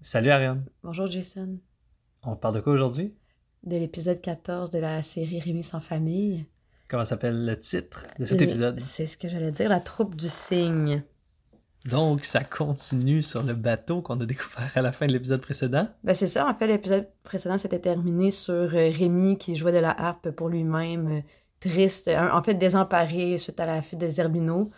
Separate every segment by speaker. Speaker 1: Salut Ariane.
Speaker 2: Bonjour Jason.
Speaker 1: On parle de quoi aujourd'hui?
Speaker 2: De l'épisode 14 de la série Rémi sans famille.
Speaker 1: Comment s'appelle le titre de cet
Speaker 2: Le-
Speaker 1: épisode?
Speaker 2: C'est ce que j'allais dire, la troupe du cygne.
Speaker 1: Donc, ça continue sur le bateau qu'on a découvert à la fin de l'épisode précédent.
Speaker 2: Ben c'est ça, en fait, l'épisode précédent s'était terminé sur euh, Rémi qui jouait de la harpe pour lui-même, euh, triste, euh, en fait désemparé suite à la fuite de Zerbino,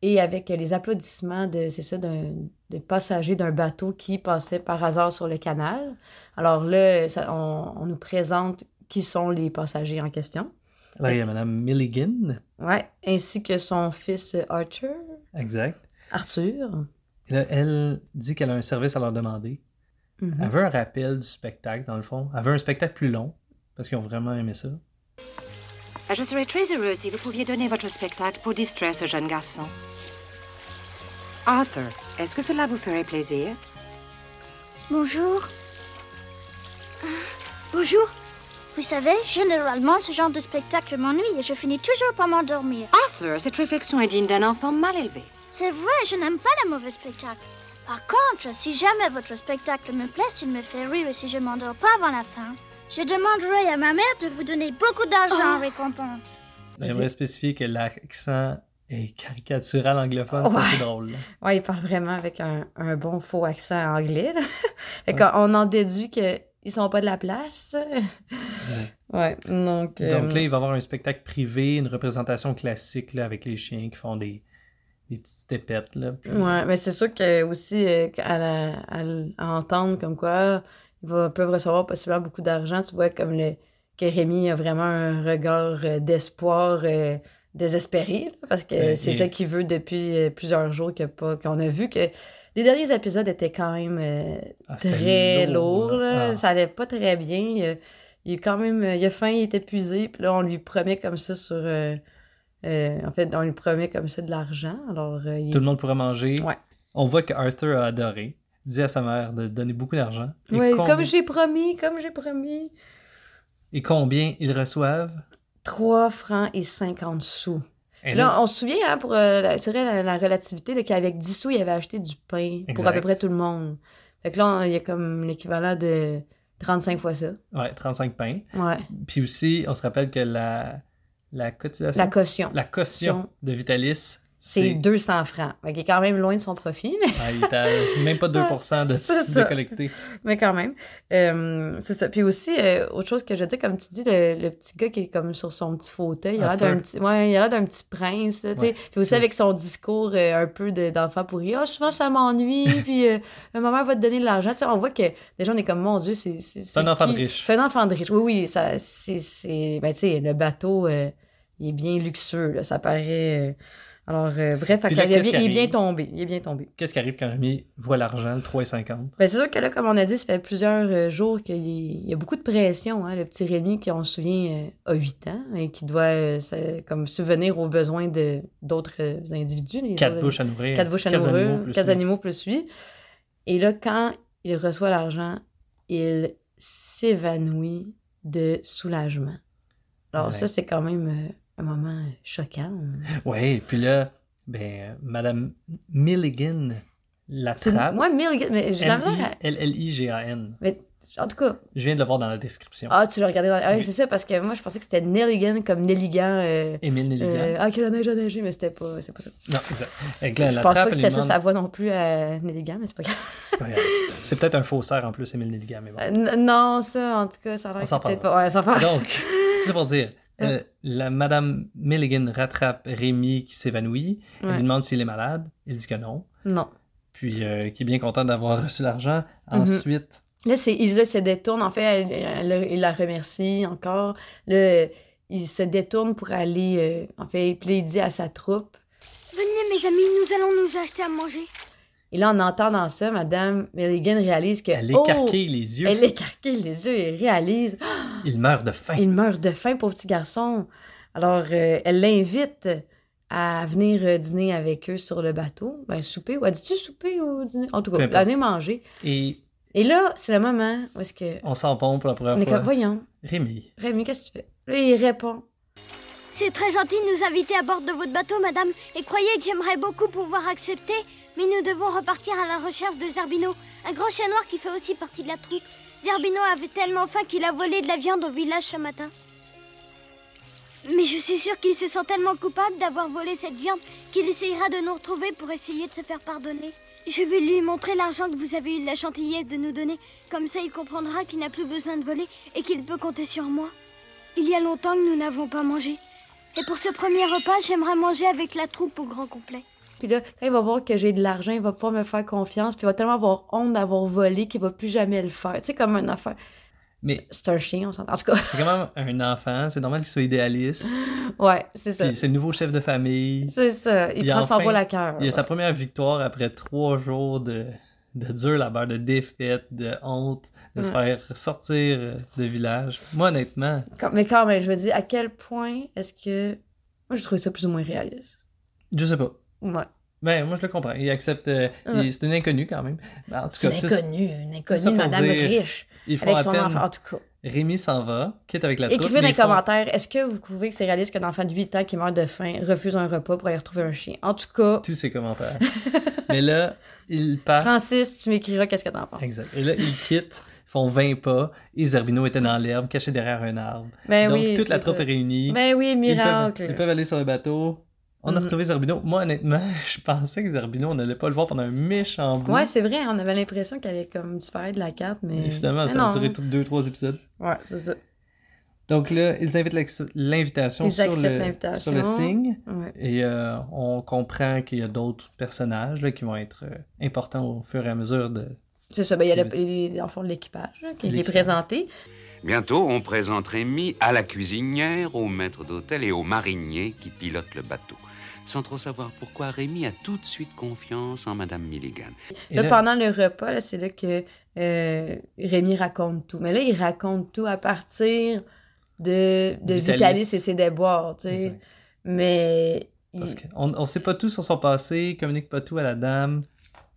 Speaker 2: et avec euh, les applaudissements de, c'est ça, d'un, des passagers d'un bateau qui passait par hasard sur le canal. Alors là, ça- on, on nous présente qui sont les passagers en question.
Speaker 1: Là, il y a Madame Milligan.
Speaker 2: Ouais, ainsi que son fils euh, Archer,
Speaker 1: Exact.
Speaker 2: Arthur.
Speaker 1: Et là, elle dit qu'elle a un service à leur demander.
Speaker 2: Mhm.
Speaker 1: Elle veut un rappel du spectacle, dans le fond. Elle veut un spectacle plus long, parce qu'ils ont vraiment aimé ça.
Speaker 3: Ah, Je serais très heureux si vous pouviez donner votre spectacle pour distraire ce jeune garçon. Arthur, est-ce que cela vous ferait plaisir
Speaker 4: Bonjour. Bonjour. Vous savez, généralement, ce genre de spectacle m'ennuie et je finis toujours par m'endormir.
Speaker 3: Arthur, cette réflexion est digne d'un enfant mal élevé.
Speaker 4: C'est vrai, je n'aime pas les mauvais spectacles. Par contre, si jamais votre spectacle me plaît, s'il me fait rire et si je m'endors pas avant la fin, je demanderai à ma mère de vous donner beaucoup d'argent en récompense.
Speaker 2: Vas-y.
Speaker 1: J'aimerais spécifier que l'accent est caricatural anglophone,
Speaker 2: Ouais.
Speaker 1: c'est assez drôle.
Speaker 2: Ouais, il parle vraiment avec un, un bon faux accent anglais. là. fait qu'on on en déduit qu'ils sont pas de la place. ouais, donc. euh,
Speaker 1: Donc là, il va y avoir un spectacle privé, une représentation classique là, avec les chiens qui font des, des petites épettes. Là, Puis-
Speaker 2: Ouais, mais c'est sûr que aussi, euh, à, la- à l- à entendre comme quoi ils va- peuvent recevoir possiblement beaucoup d'argent, tu vois, comme le, que Rémi a vraiment un regard euh, d'espoir euh, désespéré, là, parce que
Speaker 1: Ben,
Speaker 2: c'est
Speaker 1: et-
Speaker 2: ça qu'il veut depuis euh, plusieurs jours qu'il a pas, qu'on a vu que les derniers épisodes étaient quand même euh,
Speaker 1: Ah, c'était
Speaker 2: très lourd. là.
Speaker 1: Ah.
Speaker 2: Ça allait pas très bien. Il, a- il est quand même. Il a faim, il est épuisé. Puis là, on lui promet comme ça sur. euh, euh, en fait, on lui promet comme ça de l'argent. Alors, euh, il-
Speaker 1: Tout le monde pourrait manger.
Speaker 2: Ouais.
Speaker 1: On voit que Arthur a adoré. Dit à sa mère de donner beaucoup d'argent. Et,
Speaker 2: Ouais,
Speaker 1: com-
Speaker 2: comme j'ai promis, comme j'ai promis.
Speaker 1: et combien ils reçoivent.
Speaker 2: 3 francs et 50 sous.
Speaker 1: Et
Speaker 2: là,
Speaker 1: là,
Speaker 2: on se souvient, hein, pour euh, la, c'est vrai, la, la relativité, là, qu'avec 10 sous, il avait acheté du pain pour à peu
Speaker 1: Exact.
Speaker 2: près tout le monde. Fait que là, on- il y a comme l'équivalent de 35 fois ça.
Speaker 1: ouais, 35 pains.
Speaker 2: Ouais.
Speaker 1: Puis aussi, on se rappelle que la, la cotisation,
Speaker 2: La
Speaker 1: la,
Speaker 2: caution.
Speaker 1: caution
Speaker 2: Caution.
Speaker 1: de Vitalis,
Speaker 2: C'est 200 francs. Fait qu'il est quand même loin de son profit, mais,
Speaker 1: Ah, il est à même pas 2% de,
Speaker 2: C'est
Speaker 1: de
Speaker 2: ça.
Speaker 1: collecté.
Speaker 2: mais quand même. Euh, c'est ça. Puis aussi, euh, autre chose que je dis, comme tu dis, le, le petit gars qui est comme sur son petit fauteuil, il a l'air
Speaker 1: Arthur.
Speaker 2: d'un petit, ouais, il a l'air d'un petit prince. là, tu sais.
Speaker 1: Ouais.
Speaker 2: Puis aussi avec son discours euh, un peu de- d'enfant pourri. Ah, souvent ça m'ennuie, puis euh, maman va te donner de l'argent. Tu sais, on voit que déjà on est comme, mon Dieu, c'est. C'est
Speaker 1: un enfant de
Speaker 2: qui?
Speaker 1: riche.
Speaker 2: C'est un enfant de riche. Oui, oui, ça, c'est. c'est- Ben, tu sais, le bateau, euh, il est bien luxueux, là, ça paraît. euh, Alors, euh, bref, fait
Speaker 1: Puis
Speaker 2: que
Speaker 1: là,
Speaker 2: il est
Speaker 1: qu'est-ce
Speaker 2: bien- il
Speaker 1: qui
Speaker 2: est bien
Speaker 1: arrive?
Speaker 2: tombé. Il est bien tombé.
Speaker 1: Qu'est-ce qui arrive quand Rémi voit l'argent, le 3,50
Speaker 2: Ben, c'est sûr que là, comme on a dit, ça fait plusieurs euh, jours qu'il y- il y a beaucoup de pression. Hein? Le petit Rémi, qui on se souvient, euh, a 8 ans et qui doit euh, se- comme subvenir aux besoins de d'autres euh, individus. les
Speaker 1: Quatre
Speaker 2: autres-
Speaker 1: bouches à nourrir.
Speaker 2: quatre bouches à
Speaker 1: quatre
Speaker 2: nourrir,
Speaker 1: animaux plus
Speaker 2: quatre
Speaker 1: lui.
Speaker 2: animaux plus lui. Et là, quand il reçoit l'argent, il s'évanouit de soulagement. Alors
Speaker 1: Ouais.
Speaker 2: ça, c'est quand même euh, un moment euh, choquant.
Speaker 1: Ouais, puis là, ben, euh, Madame Milligan
Speaker 2: C'est-
Speaker 1: l'attrape.
Speaker 2: Moi, Milgan, mais j'ai de la misère à-
Speaker 1: L-L-I-G-A-N.
Speaker 2: mais, en tout cas,
Speaker 1: Je viens de le voir dans la description.
Speaker 2: Ah, tu l'as regardé dans... Ah,
Speaker 1: Oui.
Speaker 2: c'est ça, parce que moi, je pensais que c'était Nelligan comme Nelligan. Euh...
Speaker 1: Émile Nelligan.
Speaker 2: euh, ah, qu'elle a neigé, a neigé, mais c'était pas, c'est pas ça.
Speaker 1: Non, exact. Fait que là, elle
Speaker 2: je pense pas
Speaker 1: l'attrape,
Speaker 2: que
Speaker 1: elle
Speaker 2: c'était
Speaker 1: lui
Speaker 2: ça
Speaker 1: demande-
Speaker 2: sa voix non plus à Nelligan, mais c'est pas grave.
Speaker 1: C'est pas grave. C'est peut-être un faussaire en plus, Émile Nelligan, mais bon.
Speaker 2: Euh, ah. n- non, ça, en tout cas, ça a
Speaker 1: On
Speaker 2: l'air
Speaker 1: s'en
Speaker 2: que peut-être
Speaker 1: parle.
Speaker 2: pas. Ouais, ça parle.
Speaker 1: Donc, c'est pour dire, euh, la Madame Milligan rattrape Rémi qui s'évanouit. Elle
Speaker 2: Ouais.
Speaker 1: lui demande s'il est malade. Il dit que non.
Speaker 2: Non.
Speaker 1: Puis, euh, qui est bien content d'avoir reçu l'argent.
Speaker 2: Mhm.
Speaker 1: Ensuite,
Speaker 2: Là, c'est, il là, se détourne. En fait, elle- elle- il la remercie encore. Là, il se détourne pour aller. euh, en fait, puis là, il dit à sa troupe.
Speaker 4: Venez, mes amis, nous allons nous acheter à manger.
Speaker 2: Et là, en entendant ça, Madame Nelligan réalise que.
Speaker 1: elle
Speaker 2: oh,
Speaker 1: écarquille les yeux.
Speaker 2: Elle écarquille les yeux et réalise.
Speaker 1: Il meurt de faim.
Speaker 2: Il meurt de faim, pauvre petit garçon. Alors, euh, elle l'invite à venir euh, dîner avec eux sur le bateau. Ben, souper. Ouais, dis-tu souper ou dîner? En tout
Speaker 1: Peu
Speaker 2: cas,
Speaker 1: importe.
Speaker 2: venez manger.
Speaker 1: Et
Speaker 2: Et là, c'est le moment où est-ce que...
Speaker 1: on s'en pompe pour la
Speaker 2: On est
Speaker 1: première
Speaker 2: comme,
Speaker 1: fois.
Speaker 2: voyons,
Speaker 1: Rémi.
Speaker 2: Rémi, qu'est-ce que tu fais? Là, il répond.
Speaker 5: C'est très gentil de nous inviter à bord de votre bateau, madame, et croyez que j'aimerais beaucoup pouvoir accepter, mais nous devons repartir à la recherche de Zerbino, un grand chat noir qui fait aussi partie de la troupe. Zerbino avait tellement faim qu'il a volé de la viande au village ce matin. Mais je suis sûre qu'il se sent tellement coupable d'avoir volé cette viande qu'il essayera de nous retrouver pour essayer de se faire pardonner. Je vais lui montrer l'argent que vous avez eu la gentillesse de nous donner. Comme ça, il comprendra qu'il n'a plus besoin de voler et qu'il peut compter sur moi. Il y a longtemps que nous n'avons pas mangé. Et pour ce premier repas, j'aimerais manger avec la troupe au grand complet.
Speaker 2: Puis là, quand il va voir que j'ai de l'argent, il va pouvoir me faire confiance, puis il va tellement avoir honte d'avoir volé qu'il va plus jamais le faire. Tu sais, comme une affaire.
Speaker 1: Mais
Speaker 2: C'est un chien, on s'entend. En tout cas,
Speaker 1: c'est quand même un enfant, c'est normal qu'il soit idéaliste.
Speaker 2: ouais, c'est ça.
Speaker 1: Puis c'est le nouveau chef de famille.
Speaker 2: C'est ça. Il
Speaker 1: Puis
Speaker 2: prend
Speaker 1: enfin,
Speaker 2: son vol à cœur.
Speaker 1: Il a sa première victoire après trois jours de, de dur labeur, de défaite, de honte, de se faire sortir de village. Moi, honnêtement,
Speaker 2: Quand- Mais quand même, je veux dire, à quel point est-ce que. Moi, je trouve ça plus ou moins réaliste.
Speaker 1: je sais pas.
Speaker 2: Ouais.
Speaker 1: Ben, moi, je le comprends. Il accepte. euh,
Speaker 2: Ouais.
Speaker 1: il- C'est une inconnue quand même. Ben, en tout
Speaker 2: C'est
Speaker 1: cas,
Speaker 2: une
Speaker 1: tout-
Speaker 2: inconnue, une
Speaker 1: c'est ça
Speaker 2: inconnue,
Speaker 1: pour
Speaker 2: madame
Speaker 1: dire.
Speaker 2: riche,
Speaker 1: ils font
Speaker 2: avec
Speaker 1: à
Speaker 2: son
Speaker 1: peine.
Speaker 2: enfant, en tout cas.
Speaker 1: Rémi s'en va, quitte avec la troupe.
Speaker 2: Écrivez dans
Speaker 1: mais
Speaker 2: les
Speaker 1: ils font-
Speaker 2: commentaires, est-ce que vous trouvez que c'est réaliste qu'un enfant de 8 ans qui meurt de faim refuse un repas pour aller retrouver un chien? En tout cas,
Speaker 1: Tous ces commentaires. mais là, ils partent.
Speaker 2: Francis, tu m'écriras qu'est-ce que t'en penses.
Speaker 1: Exact. Et là, ils quittent, font 20 pas, et Zerbino était dans l'herbe, caché derrière un arbre.
Speaker 2: Ben
Speaker 1: Donc,
Speaker 2: oui,
Speaker 1: toute la
Speaker 2: c'est
Speaker 1: troupe
Speaker 2: ça.
Speaker 1: est réunie.
Speaker 2: Ben oui,
Speaker 1: Ils peuvent-
Speaker 2: miracle.
Speaker 1: Ils peuvent, aller sur le bateau. On a
Speaker 2: Mhm.
Speaker 1: retrouvé Zerbino. Moi, honnêtement, je pensais que Zerbino, on n'allait pas le voir pendant un méchant bout.
Speaker 2: Ouais, c'est vrai, on avait l'impression qu'elle allait comme disparaître de la carte, mais.
Speaker 1: et finalement,
Speaker 2: mais
Speaker 1: ça a
Speaker 2: non.
Speaker 1: duré tout deux, trois épisodes.
Speaker 2: Ouais, c'est ça.
Speaker 1: Donc là, ils invitent l'ex- l'invitation
Speaker 2: Ils
Speaker 1: sur,
Speaker 2: acceptent
Speaker 1: le- sur
Speaker 2: l'invitation.
Speaker 1: le signe.
Speaker 2: Ouais.
Speaker 1: Et euh, on comprend qu'il y a d'autres personnages là, qui vont être euh, importants au fur et à mesure de...
Speaker 2: C'est ça, ben il y a
Speaker 1: Puis-
Speaker 2: le- il est en fond de l'équipage là, qui est
Speaker 1: L'équipage.
Speaker 2: présenté.
Speaker 6: Bientôt, on présente Rémi à la cuisinière, au maître d'hôtel et au marinier qui pilote le bateau. Sans trop savoir pourquoi, Rémi a tout de suite confiance en Madame Milligan.
Speaker 1: Et
Speaker 2: Là,
Speaker 1: là-
Speaker 2: pendant le repas, là, c'est là que euh, Rémi raconte tout. Mais là, il raconte tout à partir de, de
Speaker 1: Vitalis.
Speaker 2: Vitalis. et ses déboires, tu sais.
Speaker 1: Exact.
Speaker 2: Mais. il-
Speaker 1: Parce qu'on ne sait pas tout sur son passé, communique pas tout à la dame.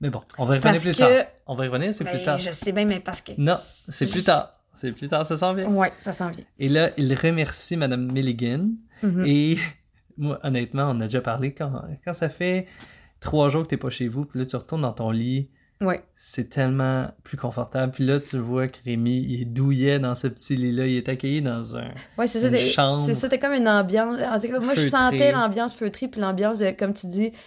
Speaker 1: Mais bon, on va y revenir
Speaker 2: Parce
Speaker 1: plus
Speaker 2: que.
Speaker 1: tard. On va y revenir, c'est plus
Speaker 2: Ben,
Speaker 1: tard.
Speaker 2: Je sais bien, mais parce que.
Speaker 1: Non, c'est plus tard. C'est plus tard, ça s'en vient.
Speaker 2: Ouais, ça s'en vient.
Speaker 1: Et là, il remercie Madame Milligan.
Speaker 2: Mhm.
Speaker 1: Et moi, honnêtement, on a déjà parlé. Quand, quand ça fait trois jours que t'es pas chez vous, puis là, tu retournes dans ton lit,
Speaker 2: Ouais.
Speaker 1: c'est tellement plus confortable. Puis là, tu vois que Rémi, il est douillet dans ce petit lit-là. Il est accueilli dans un.
Speaker 2: Ouais, c'est ça.
Speaker 1: Une
Speaker 2: t'es-
Speaker 1: chambre.
Speaker 2: C'est ça, t'es comme une ambiance. En tout cas, moi, je
Speaker 1: Feutrée.
Speaker 2: sentais l'ambiance feutrée, puis l'ambiance de, comme tu dis, tu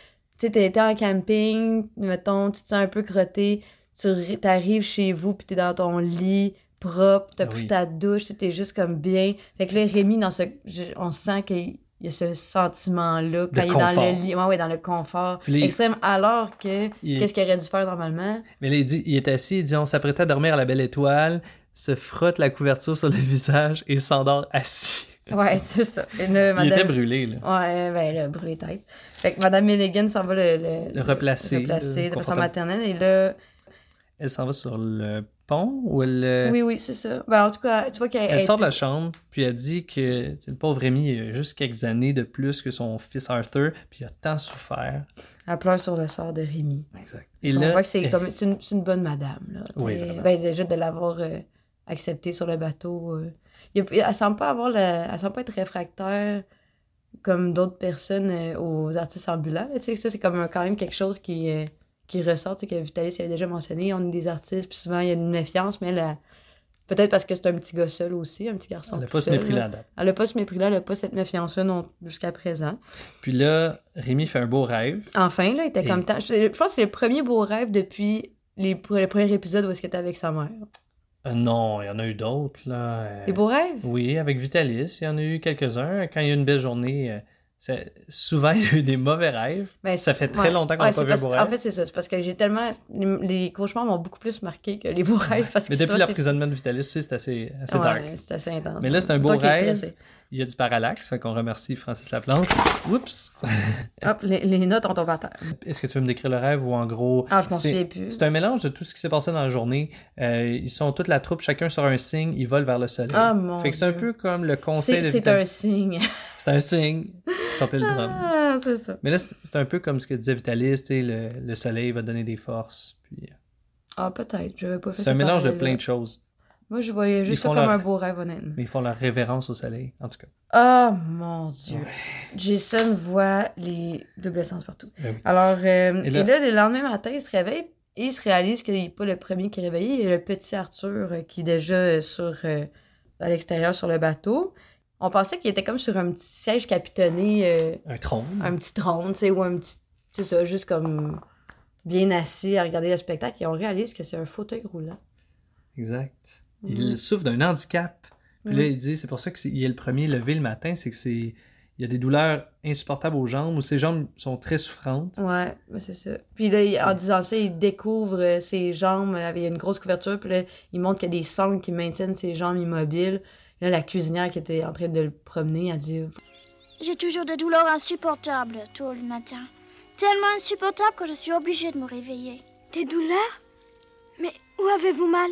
Speaker 2: sais, t'es t'es en camping, mettons, tu te sens un peu crotté, tu ri- t'arrives chez vous, puis t'es dans ton lit propre, t'as
Speaker 1: Ah
Speaker 2: pris
Speaker 1: oui.
Speaker 2: ta douche, tu sais, t'es juste comme bien. Fait que là, Rémi, dans ce, je- on sent qu'il il y a ce sentiment-là quand il est dans
Speaker 1: confort.
Speaker 2: le lit, ouais, ouais, dans le confort
Speaker 1: Puis là, il-
Speaker 2: extrême, alors que
Speaker 1: il-
Speaker 2: qu'est-ce qu'il aurait dû faire normalement?
Speaker 1: Mais là, il, dit, il est assis, il dit on s'apprêtait à dormir à la belle étoile, se frotte la couverture sur le visage et s'endort assis.
Speaker 2: Ouais, c'est ça. Et là,
Speaker 1: Euh, Il était
Speaker 2: madame-
Speaker 1: brûlé, là.
Speaker 2: Ouais, ben là, brûler tête. Fait que Madame Milligan s'en va le, le,
Speaker 1: Le replacer,
Speaker 2: replacer
Speaker 1: le
Speaker 2: de façon
Speaker 1: confortable.
Speaker 2: maternelle. Et là,
Speaker 1: Elle s'en va sur le pont ou elle. euh,
Speaker 2: oui, oui, c'est ça. Ben, en tout cas, tu vois qu'elle
Speaker 1: Elle
Speaker 2: est-
Speaker 1: sort de la chambre, puis elle dit que tu sais, le pauvre Rémi il a juste quelques années de plus que son fils Arthur, puis il a tant souffert.
Speaker 2: elle pleure sur le sort de Rémi.
Speaker 1: Exact. Et
Speaker 2: On
Speaker 1: là,
Speaker 2: voit que c'est
Speaker 1: elle-
Speaker 2: comme c'est une, c'est une bonne madame. Là, t'sais.
Speaker 1: Oui, vraiment.
Speaker 2: ben, déjà de l'avoir euh, acceptée sur le bateau. euh. Il y a- elle semble pas avoir la- elle semble pas être réfractaire comme d'autres personnes euh, aux artistes ambulants. là, t'sais. ça, c'est comme euh, quand même quelque chose qui, euh, qui ressort, t'sais, que Vitalis avait déjà mentionné. On est des artistes, puis souvent il y a une méfiance, mais elle, elle- peut-être parce que c'est un petit gars seul aussi, un petit garçon.
Speaker 1: elle n'a
Speaker 2: tout
Speaker 1: pas ce
Speaker 2: seul,
Speaker 1: mépris-là.
Speaker 2: là.
Speaker 1: date.
Speaker 2: Elle n'a pas ce mépris-là, elle n'a pas cette méfiance-là non- jusqu'à présent.
Speaker 1: Puis là, Rémi fait un beau rêve.
Speaker 2: Enfin, là, il était
Speaker 1: Et-
Speaker 2: comme temps. Je je pense que c'est le premier beau rêve depuis les, pour le premier épisode où est-ce qu'il était avec sa mère.
Speaker 1: Euh, non, il y en a eu d'autres, là. euh,
Speaker 2: Les beaux rêves?
Speaker 1: Oui, avec Vitalis, il y en a eu quelques-uns. Quand il y a eu une belle journée, euh, ça- souvent il y a eu des mauvais rêves.
Speaker 2: Ben,
Speaker 1: ça
Speaker 2: c'est-
Speaker 1: fait très
Speaker 2: ouais.
Speaker 1: longtemps qu'on n'a pas
Speaker 2: Ouais, c'est
Speaker 1: vu un
Speaker 2: parce-
Speaker 1: beau
Speaker 2: En
Speaker 1: rêve.
Speaker 2: fait, c'est ça. C'est parce que j'ai tellement. Les, les cauchemars m'ont beaucoup plus marqué que les beaux rêves. Parce que
Speaker 1: Mais depuis
Speaker 2: ça, c'est-
Speaker 1: l'emprisonnement de Vitalis, tu sais, c'est assez, assez
Speaker 2: Ouais,
Speaker 1: dark.
Speaker 2: c'est assez intense.
Speaker 1: Mais là, c'est un beau
Speaker 2: Donc, il est
Speaker 1: rêve.
Speaker 2: stressé.
Speaker 1: Il y a du parallaxe, fait qu'on remercie Francis Laplante. Oups!
Speaker 2: Hop, les, les notes ont tombé à terre.
Speaker 1: Est-ce que tu veux me décrire le rêve ou en gros.
Speaker 2: Ah, je m'en
Speaker 1: c'est-
Speaker 2: souviens plus.
Speaker 1: C'est un mélange de tout ce qui s'est passé dans la journée. Euh, ils sont toute la troupe, chacun sur un signe, ils volent vers le soleil.
Speaker 2: Ah, mon
Speaker 1: fait que c'est un
Speaker 2: Dieu.
Speaker 1: peu comme le conseil
Speaker 2: C'est
Speaker 1: de
Speaker 2: c'est
Speaker 1: Vitalis.
Speaker 2: un signe.
Speaker 1: C'est un signe. Sortez le drum.
Speaker 2: Ah, c'est ça.
Speaker 1: Mais là, c'est c'est un peu comme ce que disait Vitalis, tu sais, le, le soleil va donner des forces. Puis, euh,
Speaker 2: Ah, peut-être. J'avais pas fait
Speaker 1: c'est un mélange de plein
Speaker 2: parallèle-là.
Speaker 1: de choses.
Speaker 2: Moi, je voyais juste ça
Speaker 1: font
Speaker 2: comme
Speaker 1: leur-
Speaker 2: un beau rêve, honnêtement.
Speaker 1: Mais ils font leur révérence au soleil, en tout cas.
Speaker 2: Oh mon Dieu. Jason voit les doubles sens partout.
Speaker 1: Ben oui.
Speaker 2: Alors, euh,
Speaker 1: Et
Speaker 2: et,
Speaker 1: là-
Speaker 2: là... le lendemain matin, il se réveille et il se réalise qu'il n'est pas le premier qui est réveillé. Il y a le petit Arthur euh, qui est déjà euh, sur, euh, à l'extérieur sur le bateau. On pensait qu'il était comme sur un petit siège capitonné, euh,
Speaker 1: Un trône.
Speaker 2: un petit trône, tu sais, ou un petit. C'est ça, juste comme bien assis à regarder le spectacle. Et on réalise que c'est un fauteuil roulant.
Speaker 1: Exact.
Speaker 2: Mhm.
Speaker 1: Il souffre d'un handicap. Puis là,
Speaker 2: Mhm.
Speaker 1: il dit, c'est pour ça qu'il est le premier levé le matin, c'est que c'est. Il y a des douleurs insupportables aux jambes, ou ses jambes sont très souffrantes.
Speaker 2: Ouais, ben c'est ça. Puis là, il- en disant ça, il découvre euh, ses jambes euh, avec une grosse couverture. Puis là, il montre qu'il y a des sangles qui maintiennent ses jambes immobiles. Là, la cuisinière qui était en train de le promener a dit
Speaker 4: J'ai toujours des douleurs insupportables tôt le matin. Tellement insupportables que je suis obligée de me réveiller.
Speaker 5: Des douleurs Mais où avez-vous mal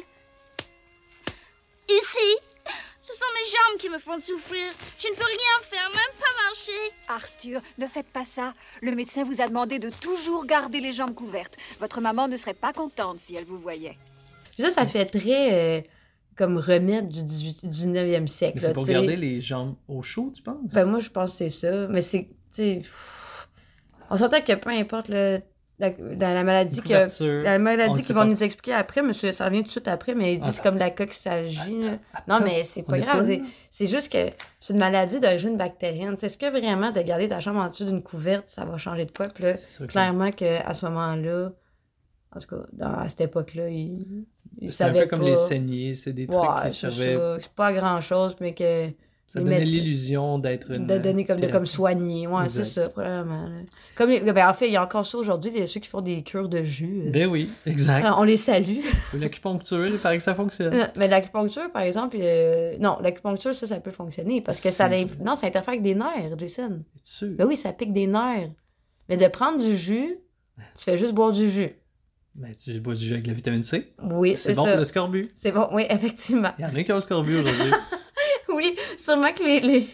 Speaker 4: Ici, ce sont mes jambes qui me font souffrir. Je ne peux rien faire, même pas marcher.
Speaker 7: Arthur, ne faites pas ça. Le médecin vous a demandé de toujours garder les jambes couvertes. Votre maman ne serait pas contente si elle vous voyait.
Speaker 2: Puis ça, ça fait très euh, comme remède du 18, 19e siècle.
Speaker 1: Mais c'est
Speaker 2: là,
Speaker 1: pour
Speaker 2: tu sais.
Speaker 1: garder les jambes au chaud, tu penses?
Speaker 2: Ben, moi, je pense que c'est ça. Mais c'est, tu sais, pff, on s'entend que peu importe le, la, la- la maladie
Speaker 1: Une
Speaker 2: que.
Speaker 1: couverture.
Speaker 2: La
Speaker 1: On
Speaker 2: maladie
Speaker 1: le sait
Speaker 2: qu'ils vont
Speaker 1: pas.
Speaker 2: nous expliquer après, monsieur, ça revient tout de suite après, mais ils disent
Speaker 1: Attends.
Speaker 2: comme de la coxalgie. là. Non, mais c'est
Speaker 1: On
Speaker 2: pas
Speaker 1: est
Speaker 2: grave.
Speaker 1: pas
Speaker 2: c'est-
Speaker 1: là.
Speaker 2: C'est juste que c'est une maladie d'origine bactérienne. Tu sais, Est-ce que vraiment de garder ta chambre en dessous d'une couverte, ça va changer de quoi? Puis là,
Speaker 1: C'est sûr que-
Speaker 2: clairement qu'à ce moment-là, en tout cas, dans- à cette époque-là, ils il
Speaker 1: C'est un peu
Speaker 2: savaient
Speaker 1: comme
Speaker 2: pas.
Speaker 1: les saignées, c'est des trucs
Speaker 2: Ouais,
Speaker 1: qui
Speaker 2: c'est
Speaker 1: servaient.
Speaker 2: ça. C'est pas grand-chose, mais que
Speaker 1: Ça
Speaker 2: Les
Speaker 1: donnait
Speaker 2: médecins.
Speaker 1: l'illusion d'être une.
Speaker 2: de donner comme, de
Speaker 1: thérapie.
Speaker 2: comme soigner. Ouais, c'est
Speaker 1: euh, Exact.
Speaker 2: ça, probablement. là. Comme, les- ben, en fait, il y a encore ça aujourd'hui, des- ceux qui font des cures de jus. euh.
Speaker 1: Ben oui, exact.
Speaker 2: Ah, on les salue.
Speaker 1: Ou L'acupuncture, il paraît que ça fonctionne.
Speaker 2: Non, Mais l'acupuncture, par exemple, euh, non, l'acupuncture, ça, ça peut fonctionner parce que ça,
Speaker 1: C'est
Speaker 2: l'in- non, ça interfère avec des nerfs, Jason.
Speaker 1: Es-tu sûr?
Speaker 2: Ben oui, ça pique des nerfs. Mais de prendre du jus, tu fais juste boire du jus.
Speaker 1: Ben, tu bois du jus avec la vitamine C.
Speaker 2: Oui,
Speaker 1: Ben, C'est
Speaker 2: c'est
Speaker 1: bon
Speaker 2: ça.
Speaker 1: pour le scorbut.
Speaker 2: C'est bon, oui, effectivement.
Speaker 1: Il y en a qui ont le scorbut aujourd'hui.
Speaker 2: Oui, sûrement que les, les-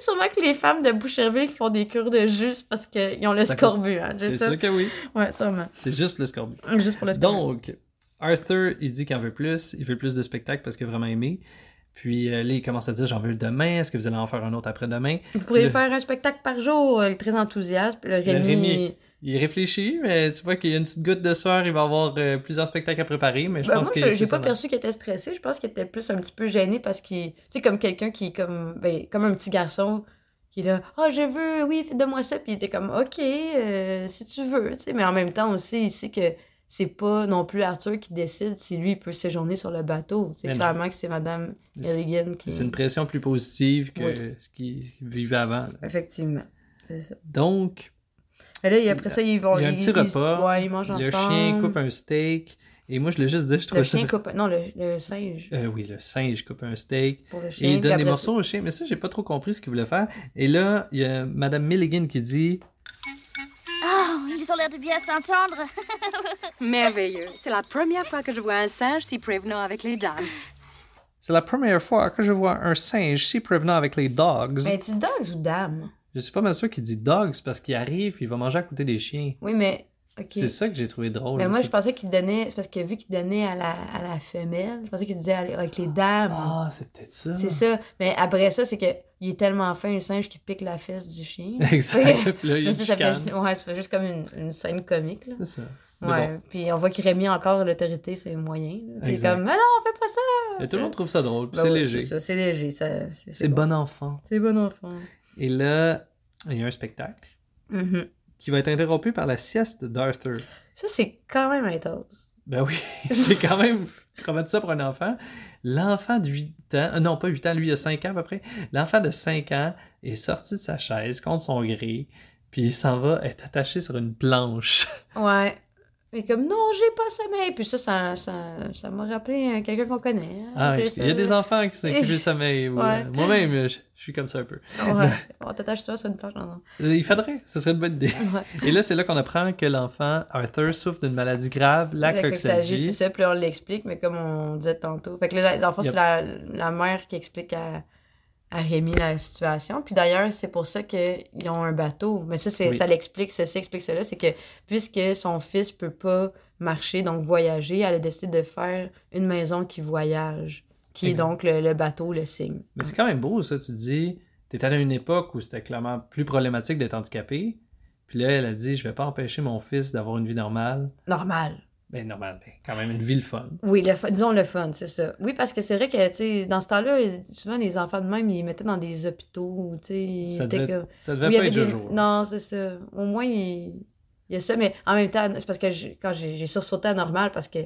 Speaker 2: sûrement que les femmes de Boucherville qui font des cures de jus c'est parce qu'ils ont le
Speaker 1: D'accord.
Speaker 2: scorbut, hein,
Speaker 1: c'est
Speaker 2: Jason.
Speaker 1: sûr que oui.
Speaker 2: Ouais, sûrement.
Speaker 1: C'est juste pour le scorbut.
Speaker 2: Juste pour le scorbut.
Speaker 1: Donc, Arthur, il dit qu'il en veut plus. Il veut plus de spectacles parce qu'il a vraiment aimé. Puis euh, là, il commence à dire J'en veux le demain. Est-ce que vous allez en faire un autre après-demain
Speaker 2: Vous pourriez
Speaker 1: le-
Speaker 2: faire un spectacle par jour, il est très enthousiaste, puis le Rémi...
Speaker 1: Rémi, Il réfléchit, mais tu vois qu'il y a une petite goutte de sueur. Il va avoir euh, plusieurs spectacles à préparer. Mais je
Speaker 2: Ben,
Speaker 1: pense
Speaker 2: moi,
Speaker 1: que.
Speaker 2: je-
Speaker 1: c'est
Speaker 2: j'ai pas
Speaker 1: son-
Speaker 2: perçu qu'il était stressé. Je pense qu'il était plus un petit peu gêné parce qu'il. Tu sais, comme quelqu'un qui est comme. Ben, comme un petit garçon qui est là. Ah, je veux, oui, fais de moi ça. Puis il était comme, OK, euh, si tu veux. Tu sais, mais en même temps aussi, il sait que c'est pas non plus Arthur qui décide si lui il peut séjourner sur le bateau. C'est
Speaker 1: Mais non.
Speaker 2: clairement que c'est Madame
Speaker 1: Mais c'est-
Speaker 2: Elligan qui.
Speaker 1: C'est une pression plus positive que ce qu'il vivait avant. là.
Speaker 2: Effectivement. C'est ça.
Speaker 1: Donc,
Speaker 2: Et là, et après ça, ils vont.
Speaker 1: il y a un
Speaker 2: ils-
Speaker 1: petit
Speaker 2: ils-
Speaker 1: repas.
Speaker 2: Ouais, ils mangent
Speaker 1: le
Speaker 2: ensemble.
Speaker 1: chien coupe un steak. Et moi, je l'ai juste dit, je trouve
Speaker 2: Le
Speaker 1: ça.
Speaker 2: chien coupe. Non, le, le singe.
Speaker 1: Euh, oui, le singe coupe un steak.
Speaker 2: Pour le chien.
Speaker 1: Et il
Speaker 2: puis
Speaker 1: donne des
Speaker 2: après ça-
Speaker 1: morceaux au chien. Mais ça, j'ai pas trop compris ce qu'il voulait faire. Et là, il y a Madame Milligan qui dit
Speaker 4: Oh, ils ont l'air de bien s'entendre.
Speaker 7: Merveilleux. C'est la première fois que je vois un singe si prévenant avec les dames.
Speaker 1: C'est la première fois que je vois un singe si prévenant avec les dogs.
Speaker 2: Mais tu dogs ou dame?
Speaker 1: Je suis pas mal sûr qu'il dit dogs parce qu'il arrive et il va manger à côté des chiens.
Speaker 2: Oui, mais. ok.
Speaker 1: C'est ça que j'ai trouvé drôle.
Speaker 2: Mais Ben, moi,
Speaker 1: C'est-
Speaker 2: je pensais qu'il donnait. c'est parce que vu qu'il donnait à la, à la femelle, je pensais qu'il disait à- avec les dames.
Speaker 1: Ah, c'est peut-être ça.
Speaker 2: C'est ça. Mais après ça, c'est que il est tellement fin, le singe, qui pique la fesse du chien.
Speaker 1: Exact. Puis là, il y a
Speaker 2: Mais
Speaker 1: une
Speaker 2: ça, ça fait,
Speaker 1: chicane.
Speaker 2: juste, ouais, ça fait juste comme une, une scène comique. Là.
Speaker 1: C'est ça. Mais
Speaker 2: Ouais.
Speaker 1: bon,
Speaker 2: Puis on voit qu'il remet encore l'autorité, c'est moyen. là. Il est
Speaker 1: Exact.
Speaker 2: comme, mais non, fais pas ça.
Speaker 1: mais tout le monde trouve ça drôle. puis
Speaker 2: Ben
Speaker 1: c'est
Speaker 2: ouais,
Speaker 1: léger.
Speaker 2: C'est ça, c'est léger. ça- c'est
Speaker 1: C'est bon enfant.
Speaker 2: C'est bon enfant.
Speaker 1: Et là, il y a un spectacle
Speaker 2: Mhm.
Speaker 1: qui va être interrompu par la sieste d'Arthur.
Speaker 2: Ça, c'est quand même intense.
Speaker 1: Ben oui, c'est quand même traumatisant pour un enfant. L'enfant de 8 ans, euh, non pas 8 ans, lui il a 5 ans à peu près, l'enfant de 5 ans est sorti de sa chaise contre son gré, puis il s'en va être attaché sur une planche.
Speaker 2: Ouais. Mais comme, non, j'ai pas sommeil. Puis ça, ça, ça, ça m'a rappelé euh, quelqu'un qu'on connaît. hein.
Speaker 1: Ah,
Speaker 2: Puis
Speaker 1: il y a
Speaker 2: ça-
Speaker 1: des enfants qui s'inquiètent du sommeil. ou, euh,
Speaker 2: Ouais.
Speaker 1: Moi-même, euh, je, je suis comme ça un peu.
Speaker 2: Ouais. On t'attache ça sur une planche, non, non.
Speaker 1: Euh, Il faudrait, ce serait une bonne idée.
Speaker 2: Ouais.
Speaker 1: Et là, c'est là qu'on apprend que l'enfant Arthur souffre d'une maladie grave, la
Speaker 2: Fait que ça agit, C'est
Speaker 1: coxalgie.
Speaker 2: ça, puis là, on l'explique, mais comme on disait tantôt. Fait que là, dans le fond,
Speaker 1: Yep.
Speaker 2: c'est la, la mère qui explique à, à Rémi la situation. Puis d'ailleurs, c'est pour ça qu'ils ont un bateau. Mais ça, c'est
Speaker 1: Oui.
Speaker 2: ça l'explique, ceci explique cela. C'est que puisque son fils peut pas marcher, donc voyager, elle a décidé de faire une maison qui voyage. qui est
Speaker 1: Exact.
Speaker 2: donc le, le bateau, le signe.
Speaker 1: Mais c'est quand même beau, ça. Tu dis, t'es allé à une époque où c'était clairement plus problématique d'être handicapé. Puis là, elle a dit, je vais pas empêcher mon fils d'avoir une vie normale.
Speaker 2: Normal.
Speaker 1: Ben, normale, ben, quand même une vie le fun.
Speaker 2: Oui, le fun- disons le fun, c'est ça. Oui, parce que c'est vrai que, tu sais, dans ce temps-là, souvent les enfants de même, ils les mettaient dans des hôpitaux, tu sais. ils
Speaker 1: Ça
Speaker 2: étaient
Speaker 1: devait,
Speaker 2: comme-
Speaker 1: ça devait
Speaker 2: Oui, il y
Speaker 1: pas
Speaker 2: avait
Speaker 1: être
Speaker 2: des-
Speaker 1: Jojo.
Speaker 2: Non, c'est ça. Au moins, il... il y a ça, mais en même temps, c'est parce que je- quand j'ai j'ai sursauté à normal, parce que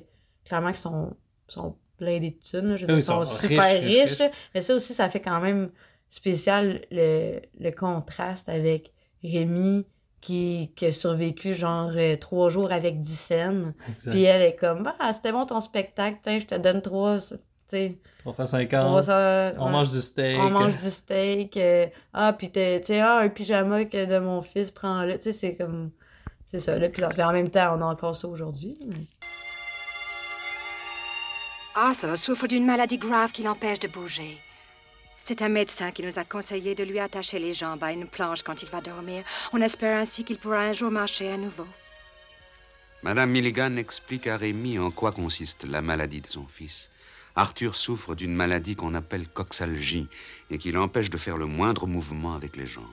Speaker 2: clairement qu'ils sont, sont pleins d'études, là, je veux dire,
Speaker 1: Oui,
Speaker 2: ils
Speaker 1: ils
Speaker 2: sont,
Speaker 1: sont
Speaker 2: super
Speaker 1: riches,
Speaker 2: riches,
Speaker 1: riches,
Speaker 2: là. mais ça aussi, ça fait quand même spécial le, le contraste avec Rémi qui, qui a survécu genre euh, trois jours avec dix scènes,
Speaker 1: Exact.
Speaker 2: puis elle est comme, ah, c'était bon ton spectacle, tiens, je te donne trois, tu sais,
Speaker 1: 350.
Speaker 2: 300...
Speaker 1: On mange du steak.
Speaker 2: on mange du steak. euh, ah, puis t'es- tu sais, ah, un pyjama que de mon fils prend là. Tu sais, c'est comme. C'est ça, là. Puis là, mais en même temps, on a encore ça aujourd'hui. mais-
Speaker 3: Arthur souffre d'une maladie grave qui l'empêche de bouger. C'est un médecin qui nous a conseillé de lui attacher les jambes à une planche quand il va dormir. On espère ainsi qu'il pourra un jour marcher à nouveau.
Speaker 6: Madame Milligan explique à Rémi en quoi consiste la maladie de son fils. Arthur souffre d'une maladie qu'on appelle coxalgie et qui l'empêche de faire le moindre mouvement avec les jambes.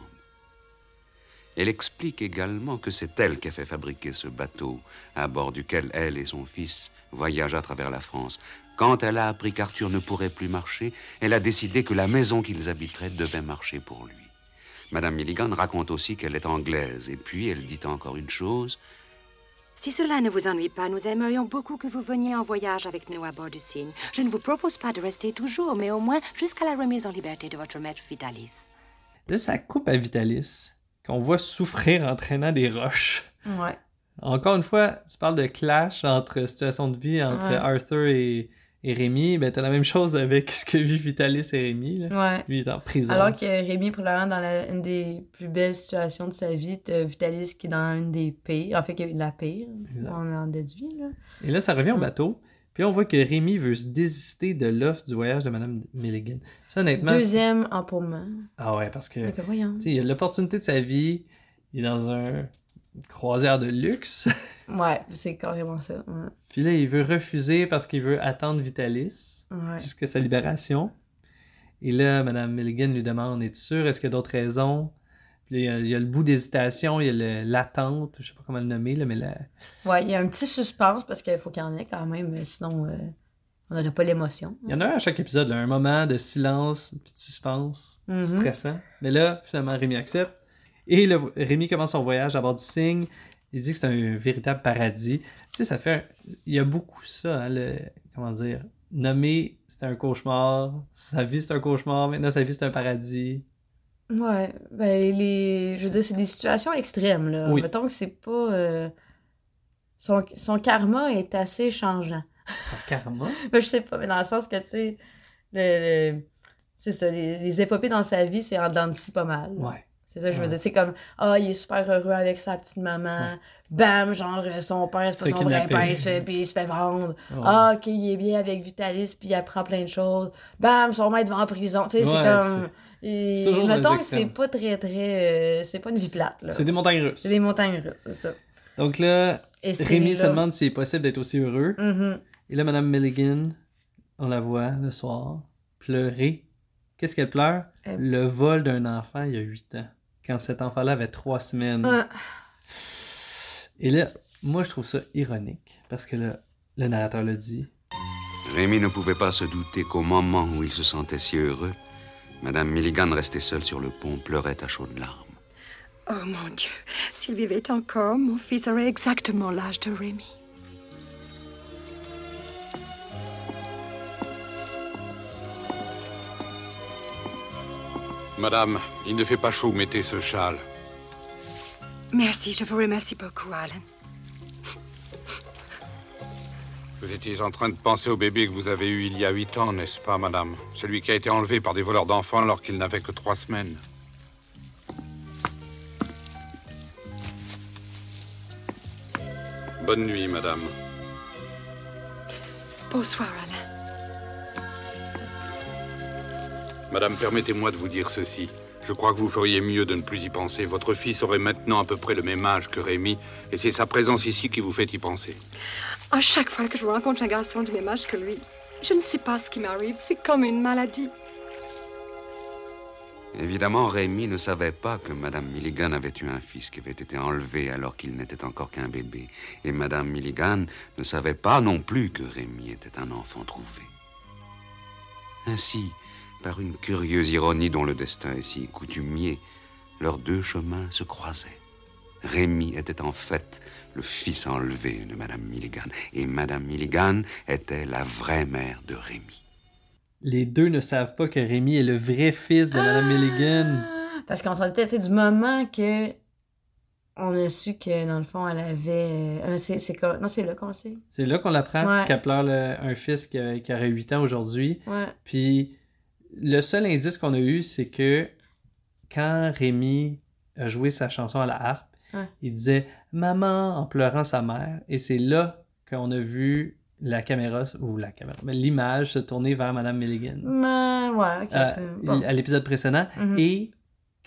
Speaker 6: Elle explique également que c'est elle qui a fait fabriquer ce bateau, à bord duquel elle et son fils voyagent à travers la France. Quand elle a appris qu'Arthur ne pourrait plus marcher, elle a décidé que la maison qu'ils habiteraient devait marcher pour lui. Madame Milligan raconte aussi qu'elle est anglaise, et puis elle dit encore une chose,
Speaker 3: Si cela ne vous ennuie pas, nous aimerions beaucoup que vous veniez en voyage avec nous à bord du cygne. Je ne vous propose pas de rester toujours, mais au moins jusqu'à la remise en liberté de votre maître Vitalis.
Speaker 1: Là, ça coupe à Vitalis, qu'on voit souffrir en traînant des roches.
Speaker 2: Ouais.
Speaker 1: Encore une fois, tu parles de clash entre situation de vie entre
Speaker 2: Ouais.
Speaker 1: Arthur et, et Rémi. Ben, t'as la même chose avec ce que vit Vitalis et Rémi. là.
Speaker 2: Ouais.
Speaker 1: Lui, il est en prison.
Speaker 2: Alors que Rémi, probablement dans la- une des plus belles situations de sa vie, t'as Vitalis qui est dans une des pires. En fait, qui a eu de la pire.
Speaker 1: Exact.
Speaker 2: On en déduit, là.
Speaker 1: Et là, ça revient au
Speaker 2: Ouais.
Speaker 1: bateau. Puis on voit que Rémi veut se désister de l'offre du voyage de Madame Milligan. Ça, honnêtement. c'est-
Speaker 2: Deuxième empourement.
Speaker 1: Ah ouais, parce que.
Speaker 2: Donc, voyons.
Speaker 1: Tu sais, il a l'opportunité de sa vie. Il est dans un une croisière de luxe.
Speaker 2: Ouais, c'est carrément ça. Ouais.
Speaker 1: Puis là, il veut refuser parce qu'il veut attendre Vitalis
Speaker 2: Ouais.
Speaker 1: jusqu'à sa libération. Et là, Madame Milligan lui demande Es-tu sûr Est-ce qu'il y a d'autres raisons Puis là, il y a, il y a le bout d'hésitation, il y a le- l'attente, je sais pas comment le nommer, là, mais la...
Speaker 2: Ouais, il y a un petit suspense parce qu'il faut qu'il y en ait quand même, sinon euh, on n'aurait pas l'émotion.
Speaker 1: il y en a un à chaque épisode, là, un moment de silence, de petit suspense,
Speaker 2: Mhm.
Speaker 1: stressant. Mais là, finalement, Rémi accepte. Et le... Rémi commence son voyage à bord du cygne. Il dit que c'est un véritable paradis. Tu sais, ça fait. un- Il y a beaucoup ça, hein, le... comment dire Nommer, c'était un cauchemar. Sa vie, c'est un cauchemar. Maintenant, sa vie, c'est un paradis.
Speaker 2: Ouais, ben les, je veux dire, c'est des situations extrêmes, là.
Speaker 1: Oui.
Speaker 2: Mettons que c'est pas... euh, Son, son karma est assez changeant.
Speaker 1: Un karma.
Speaker 2: Ben, je sais pas, mais dans le sens que, tu sais, le, le- c'est ça, les, les épopées dans sa vie, c'est en dents de scie pas mal.
Speaker 1: Ouais.
Speaker 2: C'est ça, je veux
Speaker 1: Ouais.
Speaker 2: dire, c'est comme, ah, il est super heureux avec sa petite maman, bam, genre, euh, son père, c'est
Speaker 1: Se
Speaker 2: pas son vrai
Speaker 1: kidnapper.
Speaker 2: père, il se fait, puis il se fait vendre.
Speaker 1: Ouais.
Speaker 2: Ah, ok, il est bien avec Vitalis, puis il apprend plein de choses. Bam, son maître va en prison. Tu sais, c'est
Speaker 1: Ouais,
Speaker 2: comme. Et
Speaker 1: c'est toujours dans les
Speaker 2: mettons que c'est
Speaker 1: extrêmes.
Speaker 2: pas très, très. euh, c'est pas une vie plate, là.
Speaker 1: C'est des montagnes russes.
Speaker 2: C'est des montagnes russes, c'est ça.
Speaker 1: Donc là,
Speaker 2: Et c'est
Speaker 1: Rémi
Speaker 2: là-
Speaker 1: se demande s'il est possible d'être aussi heureux.
Speaker 2: Mhm.
Speaker 1: Et là, Madame Milligan, on la voit le soir pleurer. Qu'est-ce qu'elle pleure?
Speaker 2: Elle-
Speaker 1: Le vol d'un enfant il y a 8 ans, quand cet enfant-là avait 3 semaines.
Speaker 2: Ah,
Speaker 1: Et là, moi, je trouve ça ironique, parce que là, le narrateur le dit.
Speaker 6: Rémi ne pouvait pas se douter qu'au moment où il se sentait si heureux, Madame Milligan restait seule sur le pont, pleurait à chaudes larmes.
Speaker 3: Oh mon Dieu, s'il vivait encore, mon fils aurait exactement l'âge de Rémi.
Speaker 8: Madame, il ne fait pas chaud, mettez ce châle.
Speaker 3: Merci, je vous remercie beaucoup, Alan.
Speaker 8: Vous étiez en train de penser au bébé que vous avez eu il y a huit ans, n'est-ce pas, madame Celui qui a été enlevé par des voleurs d'enfants alors qu'il n'avait que trois semaines. Bonne nuit, madame.
Speaker 3: Bonsoir, Alan.
Speaker 8: Madame, permettez-moi de vous dire ceci. Je crois que vous feriez mieux de ne plus y penser. Votre fils aurait maintenant à peu près le même âge que Rémi, et c'est sa présence ici qui vous fait y penser.
Speaker 3: À chaque fois que je rencontre un garçon du même âge que lui, Je ne sais pas ce qui m'arrive, c'est comme une maladie.
Speaker 6: Évidemment, Rémi ne savait pas que Madame Milligan avait eu un fils qui avait été enlevé alors qu'il n'était encore qu'un bébé. Et Madame Milligan ne savait pas non plus que Rémi était un enfant trouvé. Ainsi, par une curieuse ironie dont le destin est si coutumier, leurs deux chemins se croisaient. Rémi était en fait le fils enlevé de Madame Milligan, et Madame Milligan était la vraie mère de Rémi.
Speaker 1: Les deux ne savent pas que Rémi est le vrai fils de Madame Milligan.
Speaker 2: Ah! Parce qu'on s'entendait, tu sais, du moment que on a su que, dans le fond, elle avait... euh, c'est, c'est comme- Non, c'est là qu'on le sait.
Speaker 1: C'est là qu'on apprend
Speaker 2: Ouais.
Speaker 1: qu'elle pleure le- un fils qui, a- qui aurait 8 ans aujourd'hui.
Speaker 2: Ouais.
Speaker 1: Puis le seul indice qu'on a eu, c'est que quand Rémi a joué sa chanson à la harpe,
Speaker 2: Ouais.
Speaker 1: il disait Maman en pleurant sa mère. Et c'est là qu'on a vu la caméra, ou la caméra, mais l'image se tourner vers Madame Milligan.
Speaker 2: Mais, ouais, ok.
Speaker 1: Euh,
Speaker 2: Mm. c'est bon.
Speaker 1: il- à l'épisode précédent.
Speaker 2: Mhm.
Speaker 1: Et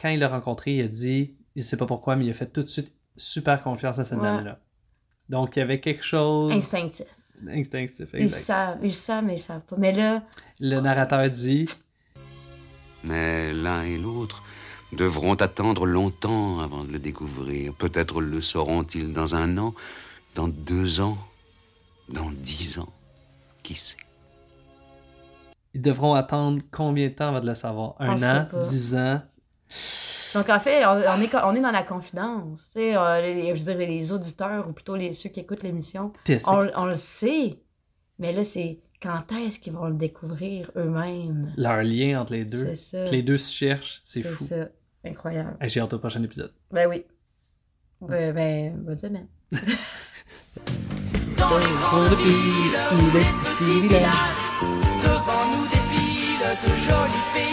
Speaker 1: quand il l'a rencontré, il a dit, il sait pas pourquoi, mais il a fait tout de suite super confiance à cette
Speaker 2: Ouais.
Speaker 1: dame-là. Donc, il y avait quelque chose
Speaker 2: Instinctif.
Speaker 1: instinctif.
Speaker 2: Ils
Speaker 1: exact.
Speaker 2: savent, ils savent, mais ils savent pas. Mais là,
Speaker 1: Le narrateur dit,
Speaker 6: Mais l'un et l'autre devront attendre longtemps avant de le découvrir. Peut-être le sauront-ils dans un an, dans deux ans, dans dix ans. Qui sait
Speaker 1: ils devront attendre combien de temps avant de le savoir Un
Speaker 2: On sait
Speaker 1: an,
Speaker 2: pas.
Speaker 1: dix ans.
Speaker 2: donc en fait, on, on est, co- on est dans la confidence. Tu sais, euh, les- je dirais les auditeurs, ou plutôt les, ceux qui écoutent l'émission,
Speaker 1: T'es espé-
Speaker 2: on, on le sait. Mais là, c'est quand est-ce qu'ils vont le découvrir eux-mêmes?
Speaker 1: Leur lien entre les deux.
Speaker 2: C'est ça.
Speaker 1: Que Les deux se cherchent, c'est
Speaker 2: C'est
Speaker 1: fou.
Speaker 2: ça. Incroyable.
Speaker 1: Hey, J'ai hâte au prochain épisode.
Speaker 2: Ben oui. Ben, ben, bonne semaine.
Speaker 9: Devant nous défilent de jolis pays.